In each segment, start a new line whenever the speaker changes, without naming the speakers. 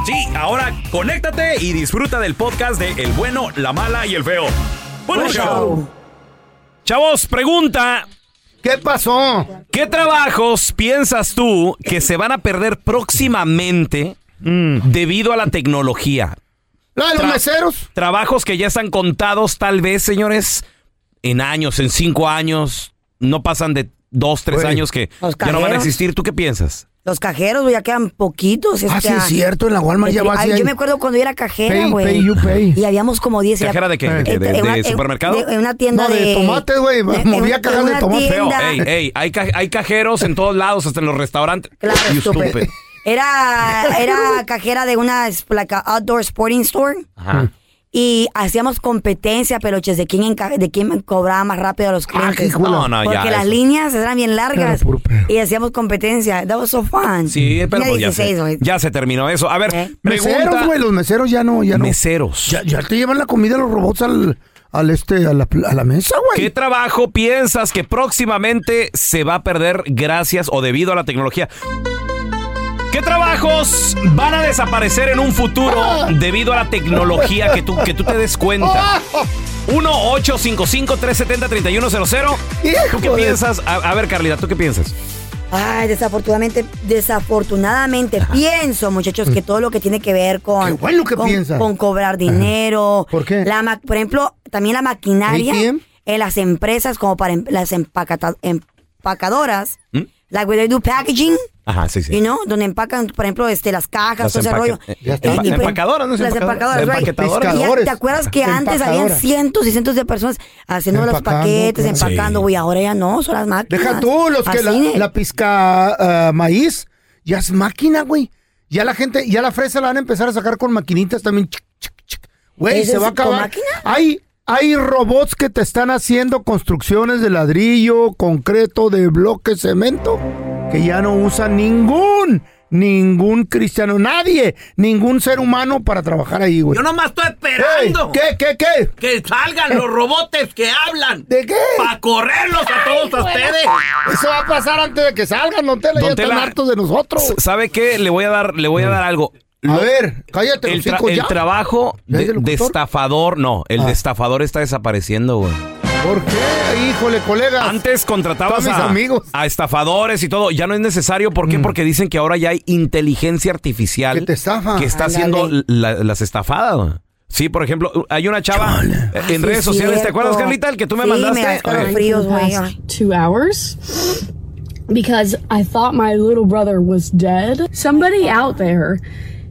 Sí, ahora conéctate y disfruta del podcast de El bueno, la mala y el feo. Bueno,
Buen
show. Chavos, pregunta.
¿Qué pasó?
¿Qué trabajos piensas tú que se van a perder próximamente debido a la tecnología?
Mm. La de los
Tra-
meseros.
Trabajos que ya están contados tal vez, señores, en años, en cinco años, no pasan de dos, tres
Güey,
años que
los
ya no van a
cajeros.
existir. ¿Tú qué piensas?
Los cajeros, güey, ya quedan poquitos.
Ah,
este,
sí es cierto, en la Walmart ya va
Ay,
así
Yo
ahí.
me acuerdo cuando yo era cajera,
Pay,
güey.
pay, you pay.
Y habíamos como 10.
¿Cajera
Eh.
de qué?
En-
¿De- de-
en una-
de
en-
supermercado?
de- En una tienda
No, de tomates, güey,
en-
movía
en-
cajas
en
de
una
tomates.
Feo,
tienda-
ey, ey, hay, ca- hay cajeros en todos lados, hasta en los restaurantes.
Claro,
You
estúpido.
stupid.
Era, era cajera de una es- like a outdoor sporting store.
Ajá.
Y hacíamos competencia, peloches, de quién, enca- de quién cobraba más rápido a los clientes.
hijo de la-
No, no, ya,
Porque las
eso.
líneas eran bien
Claro,
largas.
puro pedo.
Y hacíamos competencia. That was so fun.
Sí, pero
Tenía
pues ya,
16,
se,
güey.
ya se terminó eso. A ver,
¿Eh?
Meseros,
pregunta.
güey, los meseros ya no, ya no.
Meseros.
Ya, ya te llevan la comida los robots al, al este, a la, pl- a la mesa,
¿Qué
güey.
trabajo piensas que próximamente se va a perder gracias o debido a la tecnología? ¿Qué trabajos van a desaparecer en un futuro debido a la tecnología que tú, que tú te des cuenta? 1-855-370-3100. ¿Tú qué
Hijo de-
piensas? A, a ver, Carlita, ¿tú qué piensas?
Ay, desafortunadamente, desafortunadamente pienso, muchachos, que todo lo que tiene que ver con
Qué bueno que
con,
piensas.
con cobrar dinero,
¿Por qué?
La ma- por ejemplo, también la maquinaria
ATM?
en las empresas como para em- las empacata- empacadoras, like where they do packaging,
¿Mm? Ajá, sí, sí.
you know, donde empacan, por ejemplo, este las cajas,
Las
todo ese
empaque-
rollo.
eh,
ya está.
pues,
Empacadoras, ¿no?
Las
Empacadoras,
empacadoras, right.
empaquetadoras.
Y ya,
Pescadores.
¿Te acuerdas que antes habían
Empacadoras.
cientos y cientos de personas haciendo los
Empacando,
paquetes,
claro.
empacando,
Sí.
güey? Ahora ya no, son las máquinas.
Deja tú los que la,
Así de-
la pizca ah, maíz, ya es máquina, güey. Ya la gente, ya la fresa la van a empezar a sacar con maquinitas también. Chic, chic, chic. Güey,
¿Ese
se
es
va a
con
acabar.
máquina?
Hay, hay robots que te están haciendo construcciones de ladrillo, concreto, de bloque, cemento, que ya no usan ningún, ningún cristiano, nadie, ningún ser humano para trabajar ahí, güey.
Yo nomás estoy
Ey,
esperando
¿Qué, qué, qué?
que salgan los robotes que hablan.
¿De qué?
Para correrlos a todos a ustedes.
Eso va a pasar antes de que salgan, don Tela.
Don
ya están
Tela.
hartos de nosotros.
S- ¿Sabe qué? Le voy a dar, le voy a dar algo.
A ver, cállate,
El,
los
tra-
hijos,
el
ya.
trabajo
¿Ya es
de,
el locutor? Ah.
de estafador, no, el de estafador está desapareciendo, güey.
¿Por qué? Híjole, colegas.
Antes contratabas
Todos mis
a,
amigos. Mm.
a estafadores y todo. Ya no es necesario. ¿Por qué? Porque dicen que ahora ya hay inteligencia artificial
Que te estafa.
que está haciendo la- las estafadas. güey. Sí, por ejemplo, hay una chava eh, en
Ay, sí,
redes
es
sociales. ¿Te
cierto.
acuerdas, Carlita? El que tú me
Sí,
mandaste.
me das
Ok.
escalofríos, güey. ay.
two hours because I thought my little brother was dead. Somebody out there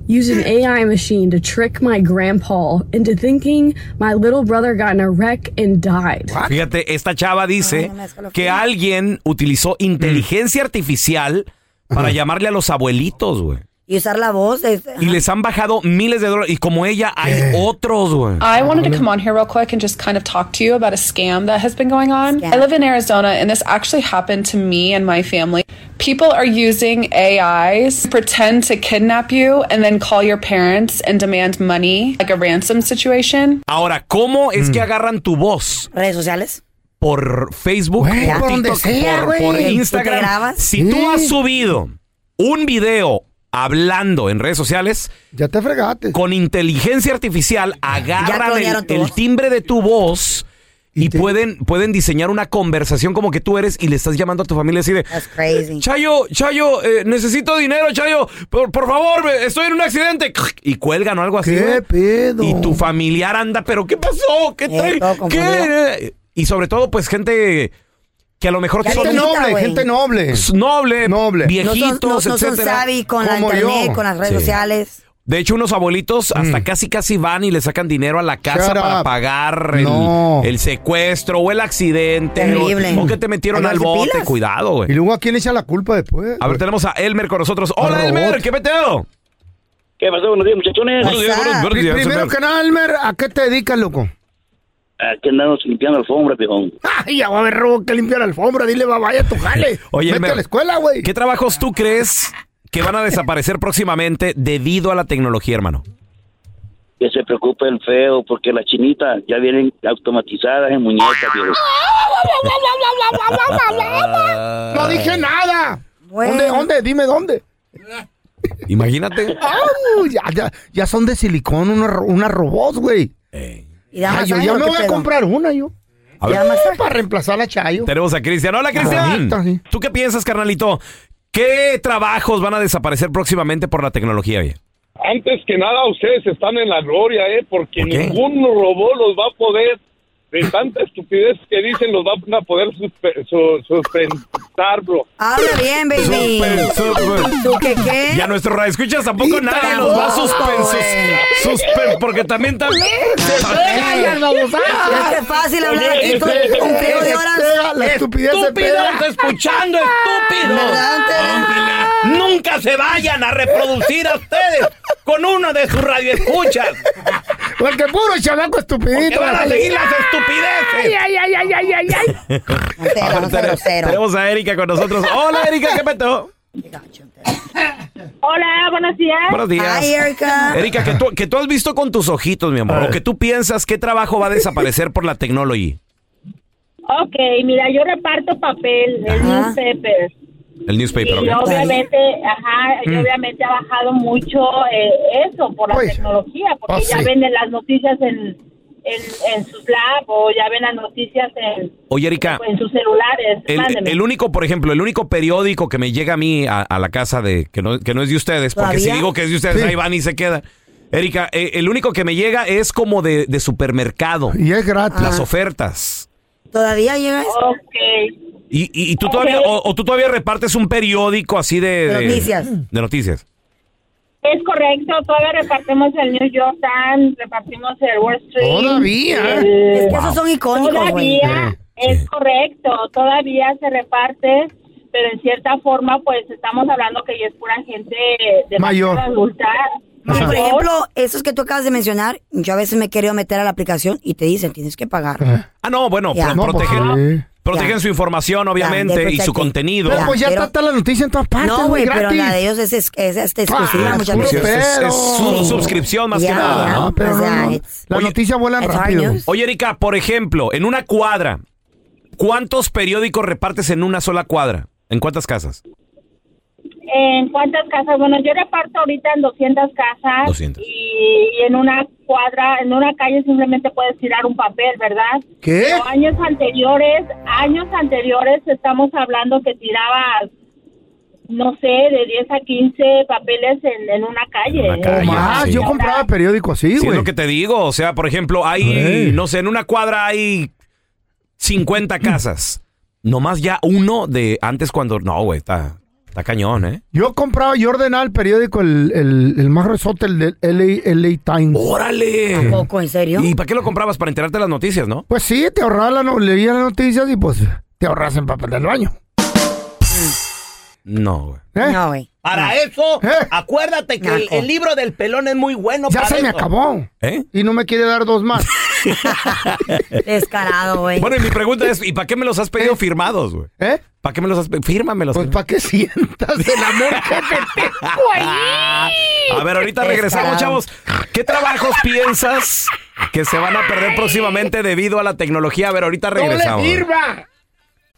used an AI machine to trick my grandpa into thinking my little brother got in a wreck and died.
Fíjate, esta chava dice
no me escalofrío.
que alguien utilizó
Mm.
inteligencia artificial para llamarle a los abuelitos, güey.
Y usar la voz. es-
Y les han bajado miles de dólares. Y como ella, hay otros, güey.
I wanted to come on here real quick and just kind of talk to you about a scam that has been going on.
Scam.
I live in Arizona and this actually happened to me and my family. People are using AIs to pretend to kidnap you and then call your parents and demand money, like a ransom situation.
Ahora, ¿cómo es
Mm.
que agarran tu voz?
redes sociales.
por Facebook,
Güey,
por,
por
TikTok,
donde sea,
por-
güey.
por
¿Y te
Instagram.
grabas?
Si tú
Sí.
has subido un video hablando en redes sociales,
Ya te fregaste.
con inteligencia artificial agarran el,
clonearon tu
el
voz.
timbre de tu voz. Y,
te-
pueden, pueden diseñar una conversación como que tú eres y le estás llamando a tu familia así de...
That's crazy.
Chayo, Chayo, eh, necesito dinero, Chayo. Por, por favor, me- estoy en un accidente. Y cuelgan o algo así.
¿Qué
güey.
pedo?
Y tu familiar anda, pero ¿qué pasó? ¿Qué
Eh,
trae?
todo
¿Qué?
confundido.
Eh, Y sobre todo, pues, gente que a lo mejor
Ya
Gente
son
te-
no-
noble,
güey.
gente noble.
noble,
Noble.
No son,
viejitos,
no, no son
etcétera.
savvy con la
Como yo.
internet, con las redes
Sí.
sociales.
De hecho, unos abuelitos hasta casi casi van y le sacan dinero a la casa
Mm. Shut
para
up.
pagar el,
No.
el secuestro o el accidente.
Terrible.
O, o que te metieron al
Pónganse
bote.
pilas.
Cuidado,
Y
güey.
luego a quién echa la culpa después.
A ver, tenemos a Elmer con nosotros. Hola,
Al robot.
Elmer, ¿qué peteo?
¿Qué pasó? Buenos días, muchachones.
Buenos días, buenos-
Pri- Primero que nada, Elmer, ¿a qué te dedicas, loco?
Aquí andamos limpiando alfombra, pijón.
Ay, ya va a haber robo que limpia la alfombra. Dile, va, vaya, tu jale.
Oye,
Vete
Elmer,
a la escuela, güey.
¿Qué trabajos tú crees que van a desaparecer próximamente debido a la tecnología, hermano?
Que se preocupe el feo, porque las chinitas ya vienen automatizadas en muñecas, viejo.
No dije nada.
Bueno.
¿Dónde, dónde? Dime dónde.
Ah, Imagínate.
Au, ya, ya, ya son de silicón unos ro- unas robots, güey.
Y da
Ay,
más
yo ya me voy a comprar una, yo.
A ver.
Ya más para reemplazar a Chayo.
Tenemos a Cristian. Hola,
Bonito,
Cristian.
sí.
¿Tú qué piensas, carnalito? ¿Qué trabajos van a desaparecer próximamente por la tecnología? oye?
Antes que nada, ustedes están en la gloria, ¿eh? Porque
¿Por qué?
ningún robot los va a poder, de tanta estupidez que dicen, los van a poder suspe- su- suspensar, bro.
Habla bien, baby.
Súper, súper.
¿Tú qué qué?
Y a nuestro radio escuchas tampoco
Y
nadie nos va a
tampoco,
suspensos. Suspen, porque también tan-
No es fácil hablar aquí con
este,
un frío de horas.
Pega, este, La estupidez se pega.
Estúpidos, escuchando,
¿Verdad,
estúpidos.
Antela?
Nunca se vayan a reproducir a ustedes con uno de sus radioescuchas.
Porque puro chamaco
Porque
estupidito.
van a seguir las estupideces.
Ay, ay, ay, ay, ay, ay.
Antela, no seas grosero.
Tenemos a Erika con nosotros. Hola, Erika, ¿qué petó?
Hola, buenos días.
Buenos días.
Ay, Erika.
Erika, que tú, que tú has visto con tus ojitos, mi amor, o que tú piensas qué trabajo va a desaparecer por la tecnología.
Ok, mira, yo reparto papel, el
Ajá.
newspaper.
El newspaper,
Y
ok.
obviamente, ajá,
Mm.
y obviamente ha bajado mucho eh, eso por la
Pues,
tecnología,
Ah,
porque
pues
ya
sí.
venden las noticias en, en, en sus labs o ya ven las noticias en,
Oye, Erika,
Pues,
en sus celulares.
el,
Mándeme.
el único, por ejemplo, el único periódico que me llega a mí a, a la casa de que no, que no es de ustedes, porque si
¿Todavía?
digo que es de ustedes,
Sí.
ahí van y se quedan. Erika, eh, el único que me llega es como de, de supermercado,
Y es gratis.
Ah.
las ofertas.
¿Todavía llegas?
Ok.
Y, y- y tú todavía, o, o tú todavía repartes un periódico así de, de-
Noticias.
De noticias.
Es correcto, todavía repartimos el New York Times, repartimos el Wall Street.
Todavía.
el-
Es que esos son icónicos, güey.
Todavía es correcto, todavía se reparte, pero en cierta forma, pues estamos hablando que ya es pura gente de
Mayor.
adulta.
Y, por
mayor.
ejemplo, esos que tú acabas de mencionar, yo a veces me he querido meter a la aplicación y te dicen, tienes que pagar.
Ah, no, bueno,
Ya.
pro-
No,
pues
protegen,
sí.
Protegen su información, obviamente, y su contenido.
Pero pues ya
pero-
está, está la noticia en todas partes,
No, güey,
güey,
pero
gratis.
la de ellos es, es, es- es exclusiva,
Ah,
muchas
puro
veces.
pedo.
pues, Es su
Sí.
suscripción más
Ya,
que nada.
ya,
¿no?
o sea,
no.
it's-
La noticia vuela
it's hard
rápido.
news.
Oye, Erika, por ejemplo, en una cuadra, ¿cuántos periódicos repartes en una sola cuadra? ¿En cuántas casas?
¿En cuántas casas? Bueno, yo reparto ahorita en 200 casas.
200.
Y, y en una cuadra, en una calle simplemente puedes tirar un papel, ¿verdad?
¿Qué?
Pero años anteriores, años anteriores estamos hablando que tirabas, no sé, de 10 a 15 papeles en, en una calle.
una calle,
O sea,
Ah, yo compraba periódico así,
Sí, es
güey.
lo que te digo. O sea, por ejemplo, hay,
Ey.
no sé, en una cuadra hay 50 casas. Nomás ya uno de antes cuando. No, güey, está, está cañón, ¿eh?
Yo compraba, yo ordenaba el periódico, el, el, el más resote, el del LA, Times.
¡Órale!
¿Poco, en serio?
¿Y para qué lo comprabas? Para enterarte de las noticias, ¿no?
Pues sí, te ahorraba la no- leía las noticias y pues te ahorras en papel del baño.
Mm.
No, güey.
¿eh?
No, güey.
Para eso,
¿Eh?
acuérdate que el,
Naco.
el libro del pelón es muy bueno.
Ya
para
se me
eso.
acabó.
¿Eh?
Y no me quiere dar dos más.
Descarado, güey.
Bueno, y mi pregunta es: ¿y para qué me los has pedido firmados, güey?
¿Eh?
¿Para qué me los has pedido? Fírmamelos.
Pues para que sientas el amor que te tengo ahí.
A ver, ahorita regresamos,
Descarado.
chavos. ¿Qué trabajos piensas que se van a perder próximamente debido a la tecnología? A ver, ahorita regresamos.
sirva!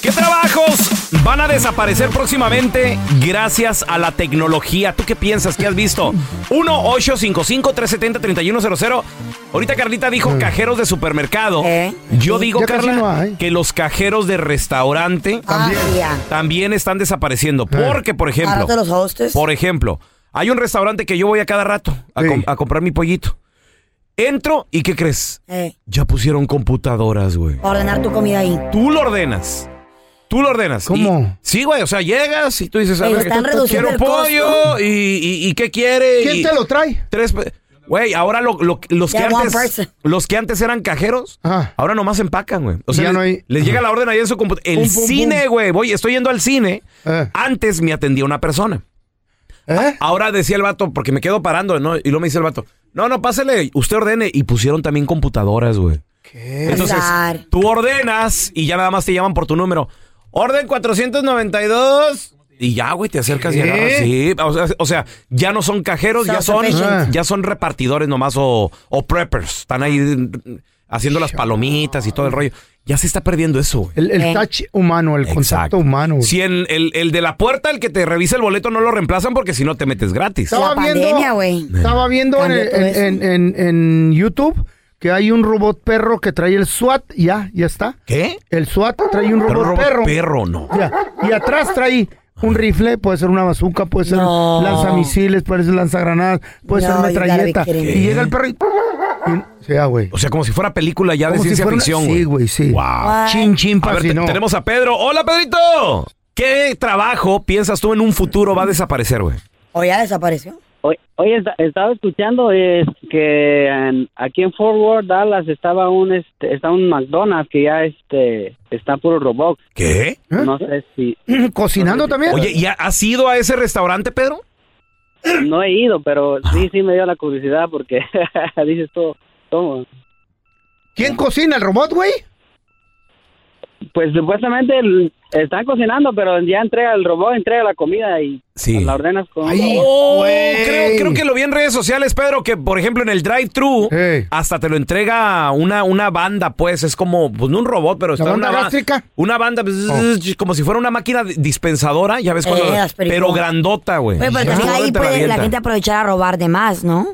¿Qué trabajos van a desaparecer próximamente gracias a la tecnología? ¿Tú qué piensas? ¿Qué has visto? 1-855-370-3100. Ahorita Carlita dijo cajeros de supermercado. Yo
Sí,
digo,
ya Mm. casi
Carla,
no hay.
que los cajeros de restaurante
También. Ah, ya.
también están desapareciendo. Porque, por
Al
ejemplo,
rato los hostes.
por ejemplo, hay un restaurante que yo voy a cada rato a, com- a comprar mi pollito. Entro y ¿qué crees?
Eh,
Ya pusieron computadoras, güey.
para ordenar tu comida ahí.
Tú lo ordenas. Tú lo ordenas.
¿Cómo?
Y- sí, güey. O sea, llegas y tú dices, a
Pero
ver,
están reduciendo
quiero
el
pollo
costo.
y, y- y ¿qué quiere?
¿Quién
Y
te lo trae?
Tres. pe- Güey, ahora lo- lo- los, que
Ya one
antes,
person.
los que antes eran cajeros,
Ajá.
ahora nomás empacan, güey. O sea,
Ya
les,
no hay-
les llega la orden ahí en su computadora. El
Pum, pum,
cine,
pum.
güey. Voy, estoy yendo al cine.
Eh.
Antes me atendía una persona.
¿Eh?
Ahora decía el vato, porque me quedo parando, ¿no? Y luego me dice el vato, no, no, pásele, usted ordene. Y pusieron también computadoras, güey. Entonces,
Andar.
tú ordenas y ya nada más te llaman por tu número. Orden 492. Y ya, güey, te acercas y
¿Qué?
agarras. Sí, o sea, o sea, ya no son cajeros, ya son,
Self-sufficient.
ya son repartidores nomás o, o preppers. Están ahí mm, haciendo las palomitas y todo el rollo. Ya se está perdiendo eso, güey.
El, el
Eh.
touch humano, el
Exacto.
contacto humano. güey.
Si en el, el de la puerta, el que te revisa el boleto, no lo reemplazan porque si no te metes gratis.
Estaba
La
viendo-
pandemia, güey.
Estaba viendo en,
Cambió todo eso.
en- en- en- en YouTube que hay un robot perro que trae el SWAT. Ya, ya está.
¿Qué?
El SWAT trae un
Pero
robot, perro.
perro, no.
Ya. Y atrás trae un rifle, puede ser una bazooka, puede ser
No.
lanzamisiles, puede ser lanzagranadas, puede
No,
ser metralleta.
you gotta be kidding
Y llega el perro y... y- sí, ah, güey.
O sea, como si fuera película ya de
Como si
ciencia
fuera una-
ficción.
Sí, güey, sí.
Wow.
What?
Chin, chin,
A ver,
pa' si
te-
no.
tenemos a Pedro. ¡Hola, Pedrito! ¿Qué trabajo piensas tú en un futuro va a desaparecer, güey?
¿O ya desapareció?
Hoy, hoy esta- estaba escuchando es que en- aquí en Fort Worth, Dallas, estaba un este, está un McDonald's que ya este está puro robot.
¿Qué?
No sé si
¿Eh? cocinando también.
Oye, ¿y ha- has ido a ese restaurante, Pedro?
no he ido, pero
Ah.
sí sí me dio la curiosidad porque dices todo, todo.
¿Quién cocina el robot, güey?
Pues supuestamente el- están cocinando, pero ya entrega el robot, entrega la comida y la ordenas con
Oh, creo, creo que lo vi en redes sociales, Pedro, que por ejemplo en el drive-thru hasta te lo entrega una, una banda, pues es como, pues no un robot, pero está
banda
una ba-
gástrica?
Una banda, pues, como si fuera una máquina di- dispensadora, ya ves,
Eh,
cuando,
las películas.
pero grandota, güey.
Oye, pero
Pues Ya,
también
luego
ahí
te
puede la
avienta.
gente aprovechar a robar de más, ¿no?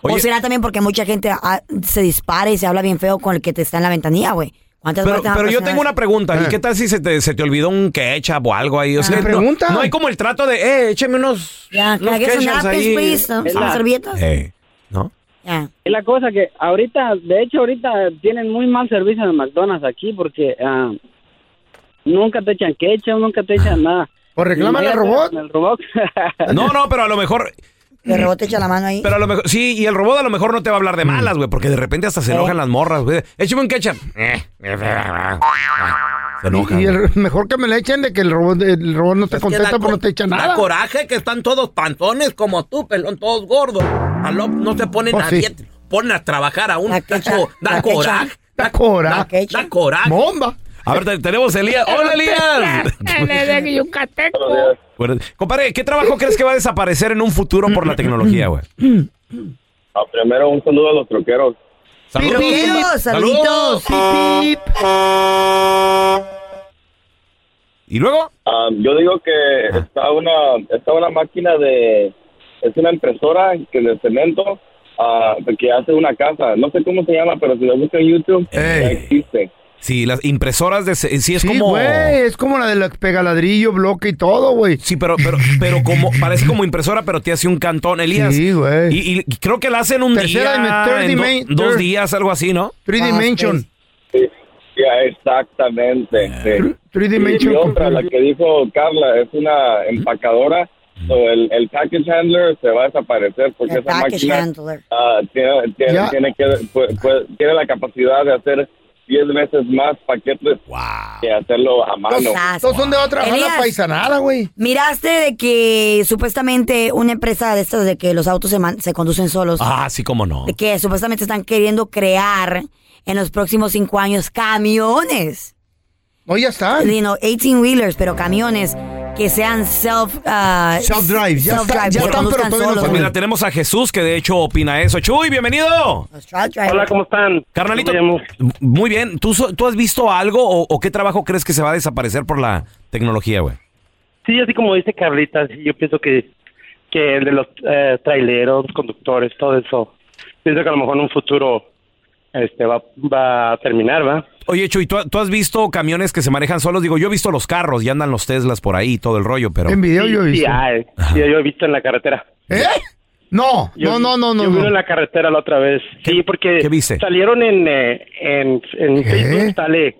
o
Oye.
será también porque mucha gente ah, se dispara y se habla bien feo con el que te está en la ventanilla, güey. ¿Cuántas
Pero,
veces te han
pero yo
ocasionado
tengo
eso?
una pregunta,
Eh.
¿y qué tal si se te, se te olvidó un ketchup o algo ahí? O sea,
Ah,
no-
pregunta.
No, hay como el trato de, eh, écheme unos...
Ya,
unos
can I get some
ketchups
napkins,
ahí.
please? Some- some
Ah,
servietas?
eh, ¿No?
Es la cosa que ahorita, de hecho ahorita tienen muy mal servicio de McDonald's aquí porque ah, nunca te echan ketchup, nunca te echan nada.
¿O
reclaman al robot?
El robot.
No, no, pero a lo mejor...
El robot te echa la mano ahí.
Pero a lo mejor, sí, y el robot a lo mejor no te va a hablar de
Mm.
malas, güey, porque de repente hasta se
Eh.
enojan las morras, güey. Échame un ketchup. Eh, Se enoja.
Y el- mejor que me le echen de que el robot, el robot no te
que
contesta
da
porque no te echa nada.
Da coraje que están todos panzones como tú, pelón, todos gordos. Aló, no se ponen
Pues
a
sí.
dieta, ponen a trabajar aún. Da, co- da
la quecha.
coraje.
Da coraje.
Da coraje.
Bomba.
A ver, te- tenemos a Elías. ¡Hola, Elías! Bueno, Compadre, ¿qué trabajo crees que va a desaparecer en un futuro por la tecnología, güey?
Ah, primero, un saludo a los troqueros.
Saludos. Saludos, saluditos. ¿Y luego?
Ah, yo digo que está una está una máquina de... Es una impresora que de cemento ah, que hace una casa. No sé cómo se llama, pero si lo buscan en YouTube, ya existe.
Sí, las impresoras de... se- Sí, es
Sí,
como...
güey, es como la de la pegaladrillo, bloque y todo, güey.
Sí, pero, pero, pero como parece como impresora, pero te hace un cantón, Elías.
Sí, güey.
Y, y creo que la hacen un
Tercera
día,
dime- third
en do-
dimen-
dos
third-
días, algo así, ¿no?
Three dimension.
Ya, exactamente.
Ah.
sí.
three
Y otra, la que dijo Carla, es una empacadora. So, el, el package handler se va a desaparecer porque
El
esa
package
máquina
handler.
ah, tiene, tiene-
Ya.
tiene que, pu- pu- tiene la capacidad de hacer 10 veces más paquetes que hacerlo a mano.
Cosas.
¿Dónde va a trabajar
Elías.
la paisanada, güey?
Miraste de que supuestamente una empresa de estas de que los autos se, man- se conducen solos.
Ah, sí, cómo no.
De que supuestamente están queriendo crear en los próximos cinco años camiones.
Hoy ya están.
You know, 18 wheelers, pero camiones que sean self ah,
Self-drive, ya
self-drive,
está- ya
que
están, pero
conduzcan
todavía no
solos.
Pues mira, tenemos a Jesús que de hecho opina eso. Chuy, bienvenido.
Hola,
¿cómo están?
Carnalito. Muy bien. ¿Tú, so- ¿Tú has visto algo o, o qué trabajo crees que se va a desaparecer por la tecnología, güey?
Sí, así como dice Carlita, sí, yo pienso que, que el de los eh, traileros, conductores, todo eso, pienso que a lo mejor en un futuro este va, va a terminar, ¿va?
Oye, Chuy, ¿tú, tú has visto camiones que se manejan solos? Digo, yo he visto los carros y andan los Teslas por ahí y todo el rollo, pero...
Sí, Sí, hay. Sí, yo he visto en la carretera.
¿Eh? No,
no, no, no, no. Yo vi uno en la carretera la otra vez. Sí, porque salieron en, eh, en, en Facebook, sale,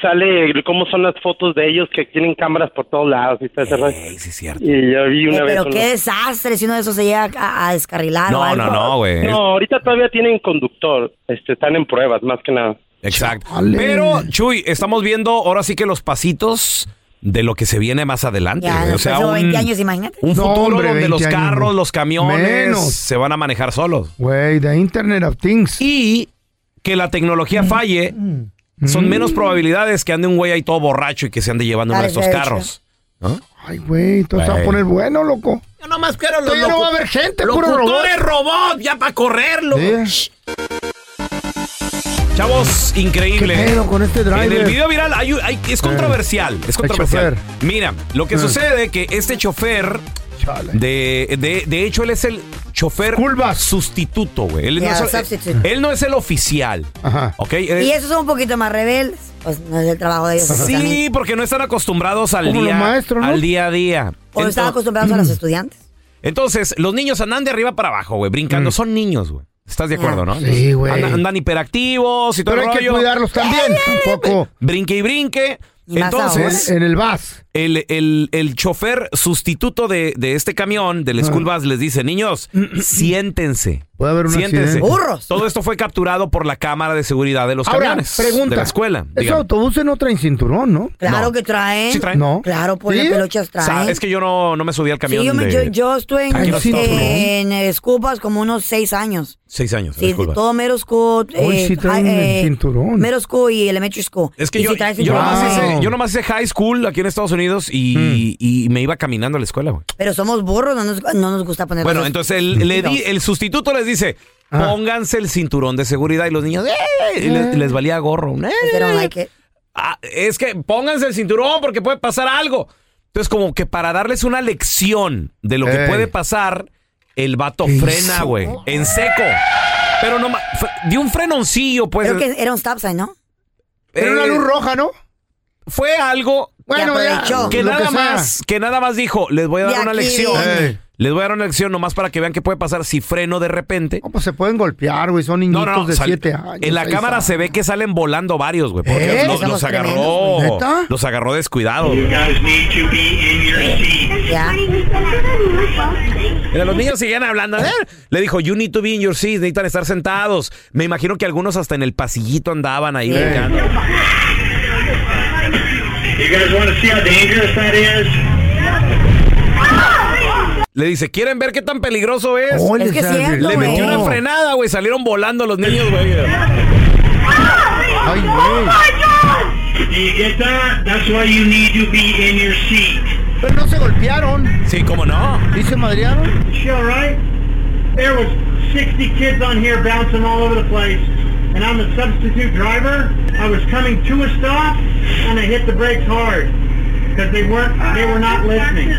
sale cómo son las fotos de ellos que tienen cámaras por todos lados y todo ese rollo. Y yo vi una vez.
Eh, pero
uno-
qué desastre si uno de esos se llega a, a descarrilar o algo.
No, ahorita todavía tienen conductor. Este, están en pruebas, más que nada.
Exacto. Pero, Chuy, estamos viendo ahora sí que los pasitos de lo que se viene más adelante.
Ya,
güey. o
después
sea,
de
un,
20 años, imagínate.
un futuro
hombre,
donde
20
los
años,
carros,
güey.
los camiones
Menos.
se van a manejar solos.
Güey, de Internet of Things.
Y que la tecnología
Mm.
falle,
Mm.
son menos probabilidades que ande un güey ahí todo borracho y que se ande llevando uno
Dale,
de estos
derecho.
carros. ¿no?
Ay, güey, entonces se va a
Güey.
poner bueno, loco.
Yo nomás quiero los
Todavía no va a
locu-
haber gente, puro
locutores robot, ya para correrlo.
Sí.
Chavos, increíble.
¿Qué pedo con este driver?
En el video viral hay un- hay- es controversial.
El
Es controversial.
chofer.
Mira, lo que
Eh.
sucede que este chofer. De, de, de hecho, él es el chofer sustituto, güey. Él,
Yeah,
no es, el-
substitute.
él no es el oficial. ¿Ok? Eh,
Y esos son un poquito más rebeldes. Pues no es el trabajo de ellos. exactamente.
Sí, porque no están acostumbrados al
Como los
día,
maestros, ¿no?
al día a día.
O no están
Entonces-
acostumbrados a los estudiantes.
entonces, los niños andan de arriba para abajo, güey,
Mm.
brincando. Son niños, güey. ¿Estás de acuerdo,
Ah,
no?
sí,
Entonces,
güey.
Andan, andan hiperactivos y todo
Pero
el
hay que
rollo.
cuidarlos también, un poco.
Brinque y brinque.
Y más
Entonces,
ahora. En- en el bus.
el, el- el chofer sustituto de, de este camión, del School Bus, les dice, niños, siéntense.
Ah. Puede haber un
siéntense.
accidente. ¡Burros!
Todo esto fue capturado por la cámara de seguridad de los
Ahora,
camiones
pregunta.
de la escuela.
Esos
Dígame.
autobuses no traen cinturón, ¿no?
Claro que traen.
¿Sí traen?
No.
Claro, por
¿Sí?
las peluchas traen.
Sa- Ah, es que yo no, no me subí al camión
Sí, yo, me-
de
yo, yo estuve en,
Aquí no está,
en, eh, Scoop Bus como unos seis años.
seis años.
Sí,
disculpa.
todo mero Scoop.
Hoy sí traen el cinturón.
eh, Mero Scoop y elementary school.
Es que
Y
yo,
sí traen
yo nomás
cinturón.
hice, yo nomás hice high school aquí en Estados Unidos
Mm.
y, y me iba caminando a la escuela, güey.
Pero somos burros, no nos, no nos gusta poner
Bueno,
los-
entonces el, le di- el sustituto les dice,
Ah.
pónganse el cinturón de seguridad y los niños, "Eh", y le- les, valía gorro. "Eh".
Pues, They don't like it.
Ah, es que pónganse el cinturón porque puede pasar algo. Entonces como que para darles una lección de lo que
Ey.
puede pasar, el vato
¿Qué
frena,
hizo?
güey, en seco. Pero no, dio un frenoncillo, pues.
Creo que era un stop sign, ¿no?
Era una luz
roja, ¿no?
Eh, Fue algo
Bueno,
Que
ya,
aprovechó.
que
lo
nada
que sea.
más, que nada más dijo, les voy a
De
dar una
aquí
lección.
viene.
Les voy a dar una lección nomás para que vean qué puede pasar si freno de repente.
Pues se pueden golpear, güey. Son niñitos de
sal-
7 años.
En la
seis
cámara
años.
se ve que salen volando varios, güey.
¿Eh?
Porque los,
Somos
los
tremendos,
agarró.
güey. ¿Neta?
Los agarró descuidados.
Ya.
Mira, los niños siguen hablando. "Eh". Le dijo, you need to be in your seat, necesitan estar sentados. Me imagino que algunos hasta en el pasillito andaban ahí brincando.
You guys want to see how dangerous that is?
Le dice, ¿quieren ver qué tan peligroso es?
Ole, Es que es Sandy. cierto,
Le metió
güey.
una frenada, güey. Salieron volando los niños, güey.
Ay, güey.
Do you get that? That's why you need to be in your seat.
Pero no se golpearon.
Sí, cómo no.
¿Y se madrearon?
She all right? There was 60 kids on here bouncing all over the place, and I'm the substitute driver. I was coming to a stop, and I hit the brakes hard because they weren't they were not listening.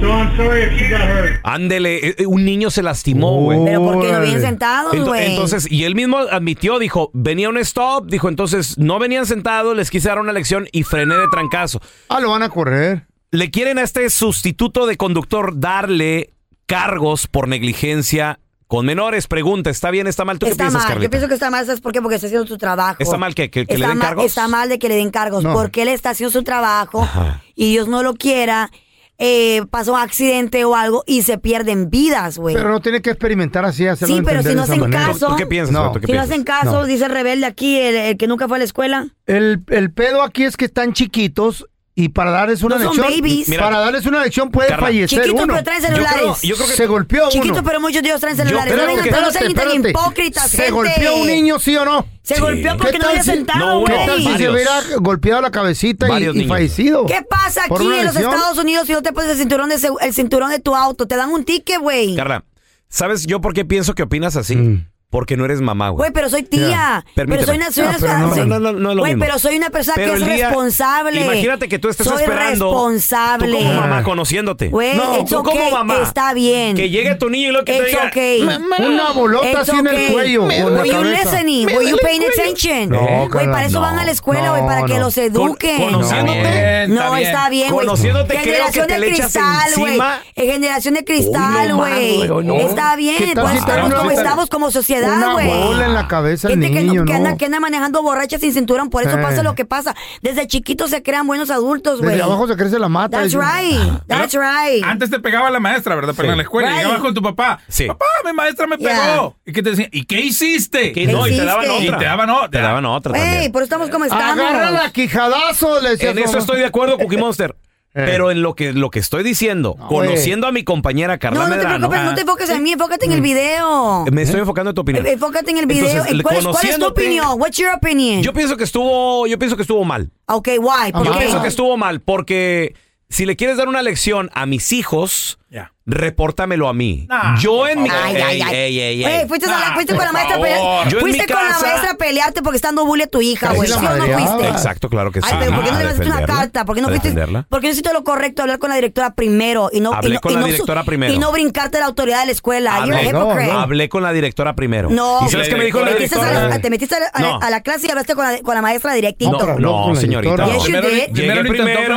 So I'm sorry if she got hurt.
Ándele, eh, eh, un niño se lastimó, güey.
Pero ¿por qué no vienen sentados,
Ento-
güey?
Entonces, y él mismo admitió, dijo, venía un stop, dijo, entonces no venían sentados, les quise dar una lección y frené de trancazo.
Ah, lo van a correr.
Le quieren a este sustituto de conductor darle cargos por negligencia con menores. Pregunta, ¿está bien, está mal? ¿Tú
Está
qué
mal,
piensas,
yo
Carlita?
pienso que está mal, ¿sabes por qué? Porque está haciendo su trabajo.
¿Está mal que, que- que le
Está
den
ma-
cargos?
Está mal de que le den cargos,
No.
porque él está haciendo su trabajo
Ajá.
y Dios no lo quiera, eh, pasa un accidente o algo y se pierden vidas, güey.
Pero no tiene que experimentar así, hacerlo
Sí, pero
entender
si no
de esa
hacen
manera.
caso- ¿Tú- tú qué piensas,
No.
Si no hacen caso,
No.
dice el rebelde aquí, el, el que nunca fue a la escuela.
El, el pedo aquí es que están chiquitos y para darles una
No son
lección,
babies. Mira,
para darles una lección puede
Carla,
fallecer
chiquitos,
uno.
pero traen celulares. Yo creo- yo creo que-
se golpeó
Chiquitos,
uno.
pero muchos de ellos traen
Yo
celulares.
creo
No vengan-
que-
no sean
espérate,
ni tan
espérate.
hipócritas,
Se
gente.
golpeó un niño, ¿sí o no?
Se golpeó porque
¿Qué
no
tal
había
si-
sentado,
No, ¿Qué
güey.
tal si se
Varios.
hubiera golpeado la cabecita y,
Varios
y
niños.
fallecido?
¿Qué pasa
¿Por
aquí
una
en los
lesión?
Estados Unidos si no te pones el cinturón de, segu- el cinturón de tu auto? Te dan un ticket, güey.
Carla, ¿sabes yo por qué pienso que opinas así?
Mm.
Porque no eres mamá, güey.
Güey, pero soy tía.
Ya.
Pero
Permíteme.
soy una, soy
Ah,
una-
pero no,
soy-
no, no, no es lo
Güey,
mismo.
pero soy una persona
Pero
que es
el día-
responsable.
Imagínate que tú estés
soy
esperando.
responsable.
Tú como mamá conociéndote.
Güey,
no,
it's
tú como
okay,
mamá.
está bien.
Que llegue tu niño y lo que te
It's
diga.
okay. Mm,
"Mamá".
Una bolota
It's
así en el
okay.
cuello, o en la
Were you
cabeza.
listening?
Me
Were you
duele el
paying
cuello.
attention?
No,
Güey,
Carla,
para eso
no,
van a la escuela, güey, para que
no.
los eduquen.
Con- conociéndote,
No,
está bien.
está bien, güey.
Conociéndote, creo que
Generación
te
de
le echas
cristal, güey.
encima.
Eh, Generación de cristal,
no mames,
güey.
güey, no.
Está bien,
¿Qué tal
pues
si traen
estamos
una-
como estamos como sociedad,
Una
güey.
bola en la cabeza al
Gente que,
niño,
no- que
¿no?
anda, que anda manejando borracha sin cinturón, por eso
Eh.
pasa lo que pasa. Desde chiquitos se crean buenos adultos, güey.
Desde abajo se Ah, crece la mata.
That's
dicen.
right, that's right.
Antes te pegaba la maestra, ¿verdad? Pero en la escuela
Right.
llegabas con tu papá. Papá, mi maestra me
Yeah.
pegó. ¿Y qué te decían? ¿Y qué hiciste?
Que no, y te daban
Y
otra.
te daban otra.
Te daban otra
Güey,
también.
por eso estamos como estamos.
Agárrala, quijadazo. Le decía
En
su
eso
mamá. Eh.
estoy de acuerdo, Cookie Monster. Pero en lo que, lo que estoy diciendo, conociendo a mi compañera Carla
No, no te
Medrano, Ah.
preocupes, no te enfoques en mí, enfócate
Mm.
en el video.
me estoy enfocando en tu opinión.
Eh, Enfócate en el video.
Entonces,
Eh, ¿cuál, es, cuál es tu
conociéndote-
opinión? What's your opinion?
Yo pienso que estuvo, yo pienso que estuvo mal.
ok, eh. Ah, why? ¿Por
Yo
qué?
pienso que estuvo mal porque si le quieres dar una lección a mis hijos, repórtamelo a mí.
Nah,
yo
por
en mi
favor. Ay, ay, ay.
Ey, ey, ey, ey.
Güey, fuiste, a la-
Nah,
fuiste
por
con la maestra a
favor.
pelear-
Yo en mi
fuiste con la
casa-
maestra a pelearte porque está dando bully a tu hija, güey. ¿Sí o no fuiste?
ah, Exacto, claro que sí.
Ay, pero ¿por qué no
Ah,
le mandaste una
defenderla,
carta? ¿Por qué no
a
fuiste?
defenderla.
Porque no hiciste lo correcto, hablar con la directora primero y no,
Hablé
y no,
con
y
la
no
directora primero.
y no brincarte a la autoridad de la escuela. You're a
Hablé,
hypocrite.
hablé con la directora primero.
No,
¿Y sabes qué me dijo
te
la
metiste,
directora?
a la, te metiste a la, a la-
No.
a la clase y hablaste con la, con la maestra directito.
No, no, señorita.
Yes,
no.
you did.
Llegué primero,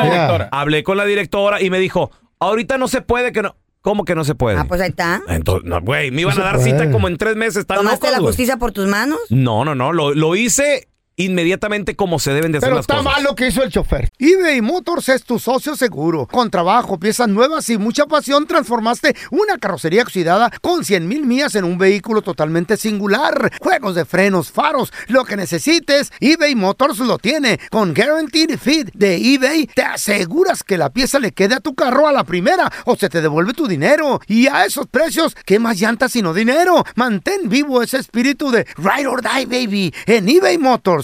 hablé con la directora y me dijo, ahorita no se puede que no. ¿Cómo que no se puede?
Ah, pues ahí está.
Entonces, no, güey, me iban
No
a
se
dar
puede.
cita como en tres meses. ¿están
¿Tomaste
locos,
la
güey?
justicia por tus manos?
No, no, no. Lo, lo hice inmediatamente como se deben de hacer
Pero
las
está
cosas.
mal lo que hizo el chofer. eBay Motors es tu socio seguro. Con trabajo, piezas nuevas y mucha pasión, transformaste una carrocería oxidada con 100 mil millas en un vehículo totalmente singular. Juegos de frenos, faros, lo que necesites, eBay Motors lo tiene. Con Guaranteed Fit de eBay, te aseguras que la pieza le quede a tu carro a la primera o se te devuelve tu dinero. Y a esos precios, ¿qué más llantas sino dinero? Mantén vivo ese espíritu de Ride or Die, baby, en eBay Motors.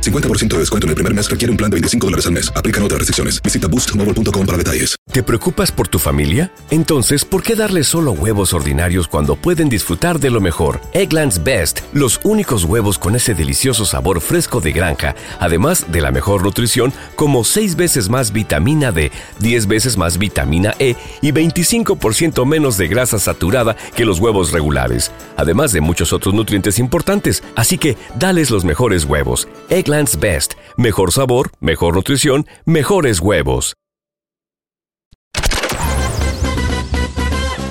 50% de descuento en el primer mes requiere un plan de 25 dólares al mes. Aplican otras restricciones. Visita boostmobile.com para detalles.
¿Te preocupas por tu familia? Entonces, ¿por qué darles solo huevos ordinarios cuando pueden disfrutar de lo mejor? Eggland's Best, los únicos huevos con ese delicioso sabor fresco de granja, además de la mejor nutrición, como 6 veces más vitamina D, 10 veces más vitamina E y 25% menos de grasa saturada que los huevos regulares, además de muchos otros nutrientes importantes. Así que, dales los mejores huevos. Eggland's Best, mejor sabor, mejor nutrición, mejores huevos.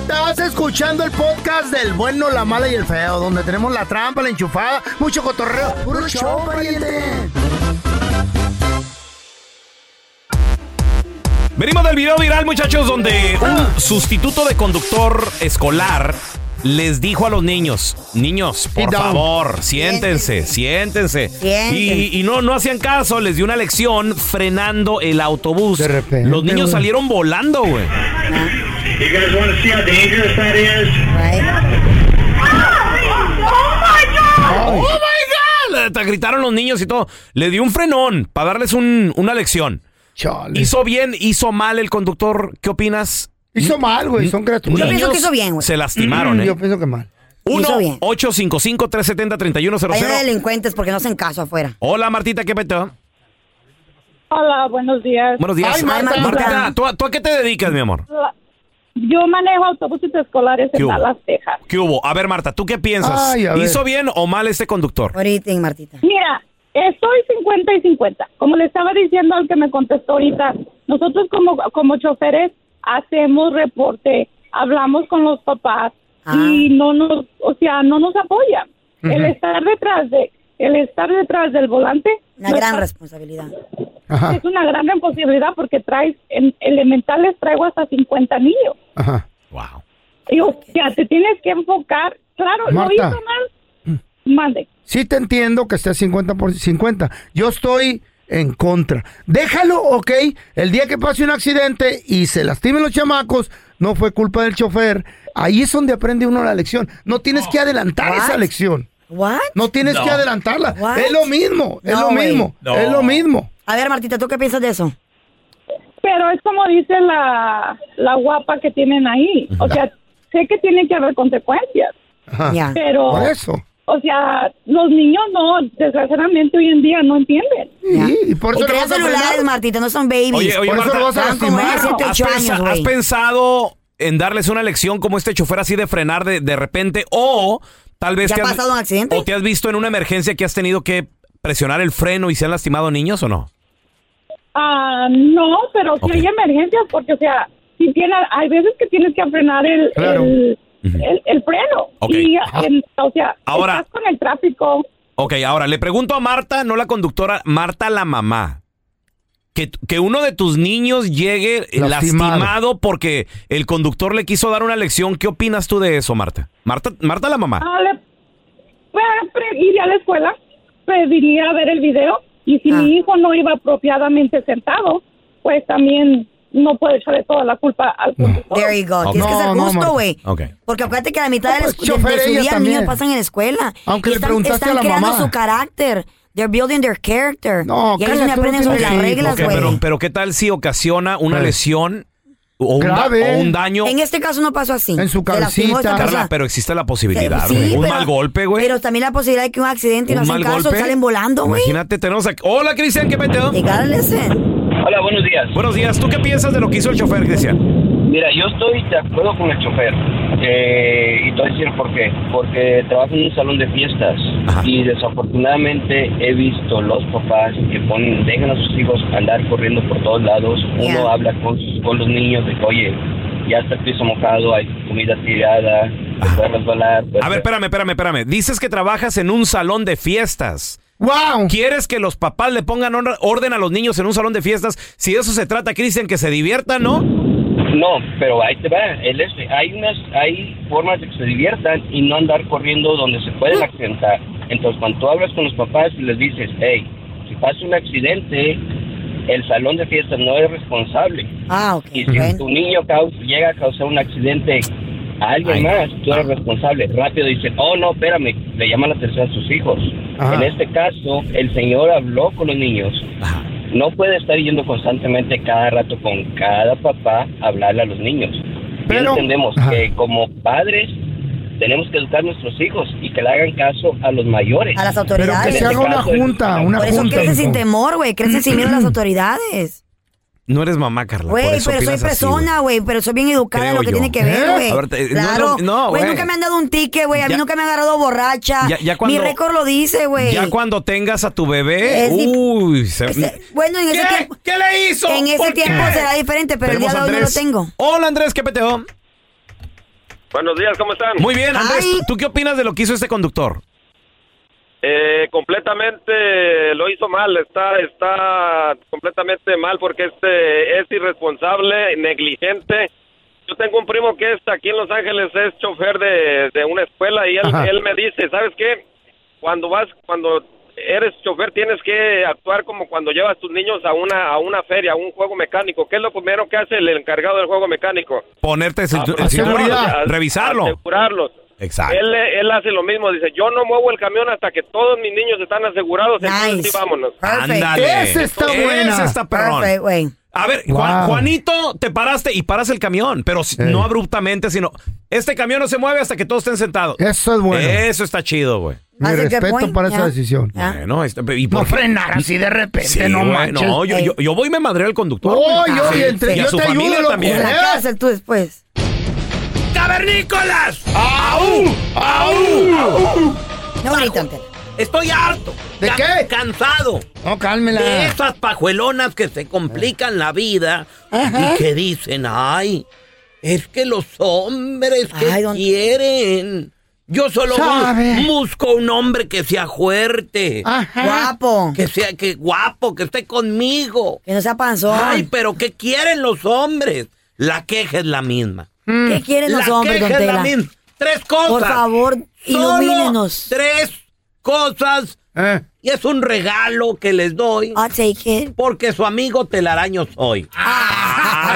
Estás escuchando el podcast del bueno, la mala y el feo, donde tenemos la trampa, la enchufada, mucho cotorreo. ¡Puro show, pariente!
Venimos del video viral, muchachos, donde un sustituto de conductor escolar les dijo a los niños, niños, por favor, siéntense, siéntense.
Siéntense.
Y, y no, no hacían caso, les dio una lección frenando el autobús. los niños
güey.
salieron volando, güey.
You guys want to see how dangerous that is?
¡Oh, my God! Hasta gritaron los niños y todo. Le dio un frenón para darles un- una lección. ¿Hizo bien, hizo mal el conductor? ¿Qué opinas?
Hizo mal, güey, son criaturas. Yo pienso que hizo bien, güey.
Se lastimaron,
Mm,
¿eh?
Yo pienso que mal.
Hizo bien.
1-855-370-3100.
Hay unos delincuentes porque no hacen caso afuera.
Hola, Martita, ¿qué peto?
Hola, Ah, buenos días.
Buenos días. Martita, ¿tú, a- tú a qué te dedicas, mi amor?
La- Yo manejo autobuses escolares
¿Qué
en
hubo?
Dallas, Texas.
¿Qué hubo? A ver, Marta, ¿tú qué piensas?
Ay, a ver.
¿Hizo bien o mal este conductor?
Ahorita, Martita. Mira, estoy 50 y 50. Como le estaba diciendo al que me contestó ahorita, nosotros como, como choferes hacemos reporte, hablamos con los papás y no nos, o sea, no nos apoyan. El
Ujú.
estar detrás de, el estar detrás del volante.
Una
no
gran
está-
responsabilidad.
Es una gran imposibilidad porque traes, en elementales traigo hasta 50 niños.
Ajá.
Y, o sea, te tienes que enfocar. Claro,
Marta.
lo hizo mal. Mande.
Sí te entiendo que esté 50 por 50. Yo estoy en contra. Déjalo, ok. El día que pase un accidente y se lastimen los chamacos, no fue culpa del chofer. Ahí es donde aprende uno la lección. No tienes que adelantar esa lección. No tienes
No.
que adelantarla.
What?
Es lo mismo, es
No,
lo
güey.
mismo,
No.
es lo mismo.
A ver, Martita, ¿tú qué piensas de eso?
Pero es como dice la, la guapa que tienen ahí. O sea, sé que tienen que haber consecuencias.
Ajá.
Ya. Pero-
Por eso.
O sea, los niños no, desgraciadamente hoy en día no entienden.
Y por
Y traían celulares, Martita, no son babies.
Oye, oye, Marta,
Estaban como de siete,
¿has,
ocho
pensa-
años,
has
güey.
pensado en darles una lección como este chofer así de frenar de, de repente? O tal vez
¿Ya
te
ha
has-
pasado un accidente?
¿O te has visto en una emergencia que has tenido que presionar el freno y se han lastimado niños o no?
Ah, no, pero si hay emergencias, porque, o sea, si tiene, hay veces que tienes que frenar el,
Claro.
el, el- el freno.
Ok.
Y, en- o sea,
Ahora-
estás con el tráfico.
Ok, ahora le pregunto a Marta, no la conductora, Marta la mamá. Que, que uno de tus niños llegue eh, lastimado.
Lastimado.
porque el conductor le quiso dar una lección. ¿Qué opinas tú de eso, Marta? Marta, Marta la mamá.
Ah, le- fue a pre- iría a la escuela, pediría ver el video y si
Ah.
mi hijo no iba apropiadamente sentado, pues también no puede echarle toda la culpa al conductor.
There you go. Tienes que ser justo, güey.
Ok.
Porque acuérdate que la mitad de, la
pues,
escu- de- de
chofer,
su
ellas
día los
también.
niños pasan en la escuela.
Aunque
Y
le preguntaste
están
a la
creando
mamá.
su carácter. They're building their character. No, y ahí es
cállate,
donde
tú no
aprenden sobre
tienes
las
hijos.
reglas,
Ok,
güey.
pero, pero ¿qué tal si ocasiona una lesión
o un, da- o un daño.
En este caso no pasó así. En su
Carla, pero existe la posibilidad.
Sí,
un
pero-
mal golpe, güey.
Pero también la posibilidad de que un accidente y no
Un
hacen
mal
caso,
golpe.
salen volando, güey. Eh.
Imagínate, tenemos aquí. Hola, Cristian, ¿qué peteo?
Hola, buenos días.
Buenos días. ¿Tú qué piensas de lo que hizo el chofer, Cristian?
Mira, yo estoy de acuerdo con el chofer. Eh, y te voy a decir por qué. Porque trabajo en un salón de fiestas. Y desafortunadamente he visto los papás que ponen, dejan a sus hijos andar corriendo por todos lados. Uno habla con, sus- con los niños de que, oye, ya está el piso mojado, hay comida tirada, te puedes resbalar.
A ver, espérame, espérame, espérame. Dices que trabajas en un salón de fiestas.
¡Wow!
¿Quieres que los papás le pongan or- orden a los niños en un salón de fiestas? Si de eso se trata, Cristian, que se diviertan, ¿no?
No, pero ahí te va. El este. Hay unas, hay formas de que se diviertan y no andar corriendo donde se pueden accidentar. Entonces, cuando tú hablas con los papás y les dices, hey, si pasa un accidente, el salón de fiestas no es responsable.
Ah,
Y si tu niño caus- llega a causar un accidente a alguien más, tú eres responsable. Rápido dicen, oh, no, espérame, le llaman la atención a sus hijos.
Ajá.
En este caso, el señor habló con los niños. No puede estar yendo constantemente cada rato con cada papá a hablarle a los niños. Pero entendemos que como padres tenemos que educar a nuestros hijos y que le hagan caso a los mayores. este
A las
Pero que
autoridades.
se haga una junta, una
Por eso
junta.
crecen
hijo.
sin temor, güey. Crecen sin miedo a las autoridades.
No eres mamá, Carla. por
Güey,
eso
pero soy
opinas así, güey.
persona, güey. Pero soy bien educada en
Creo
lo que
yo.
tiene que ver,
¿Eh?
güey.
A ver, te- no,
Claro.
no, no,
Güey,
güey.
nunca me han dado un ticket, güey. A mí
Ya-
nunca me han agarrado borracha.
Ya- ya cuando-
Mi récord lo dice, güey.
Ya cuando tengas a tu bebé,
Es dif-
uy, se-
Bueno, en ese tiempo.
¿Qué le hizo?
En ese
¿Por qué?
tiempo será diferente, pero el día
Tenemos
de
a
hoy no lo
Andrés.
tengo.
Hola Andrés, ¿qué peteo?
Buenos días, ¿cómo están?
Muy bien, Andrés, ¿tú, tú qué opinas de lo que hizo este conductor?
Eh, completamente lo hizo mal, está está completamente mal porque este es irresponsable, negligente. Yo tengo un primo que es aquí en Los Ángeles, es chofer de, de una escuela y él,
Ajá.
él me dice, ¿sabes qué? Cuando vas, cuando eres chofer tienes que actuar como cuando llevas tus niños a una a una feria, a un juego mecánico. ¿Qué es lo primero que hace el encargado del juego mecánico?
Ponerte el cintu-
A-
Ah,
el cinturón,
a-
revisarlo.
Asegurarlos.
Exacto.
Él, eh, él hace lo mismo, dice, yo no muevo el camión hasta que todos mis niños están asegurados, entonces sí, vámonos.
Ándale.
Ese está
Ese
buena.
está perrón.
Perfect,
A ver, Juan-
Wow.
Juanito, te paraste y paras el camión, pero si- no abruptamente, sino este camión no se mueve hasta que todos estén sentados.
Eso es bueno.
Eso está chido, güey.
Mi respeto
pues,
para esa decisión.
Bueno, este- y por
No
qué-
frenar así de repente, no
güey,
manches.
No, yo,
Ey.
yo, yo voy y me madreo al conductor.
Oh,
güey.
yo-
Sí,
y entre-
y a
yo
su
te ayudo,
familia
loco. ¿Eh?
también.
En la cárcel tú después.
¡Cavernícolas!
¡Au!
¡Au!
No ahorita, Antela.
Estoy harto. ¿De qué? Cansado.
No, cálmela.
De esas pajuelonas que se complican la vida
Ajá.
y que dicen, ay, es que los hombres que quieren. Yo solo
Sabe.
bu- busco un hombre que sea fuerte.
Guapo.
Que sea que guapo, que esté conmigo.
Que no sea panzón.
Ay, pero ¿qué quieren los hombres? La queja es la misma.
¿Qué quieren los
Mm. La
hombres,
queja
don
es
Tela?
la misma. Tres cosas.
Por favor,
Solo
ilumínenos.
Tres cosas. Y es un regalo que les doy.
Ah,
Porque su amigo telaraño soy.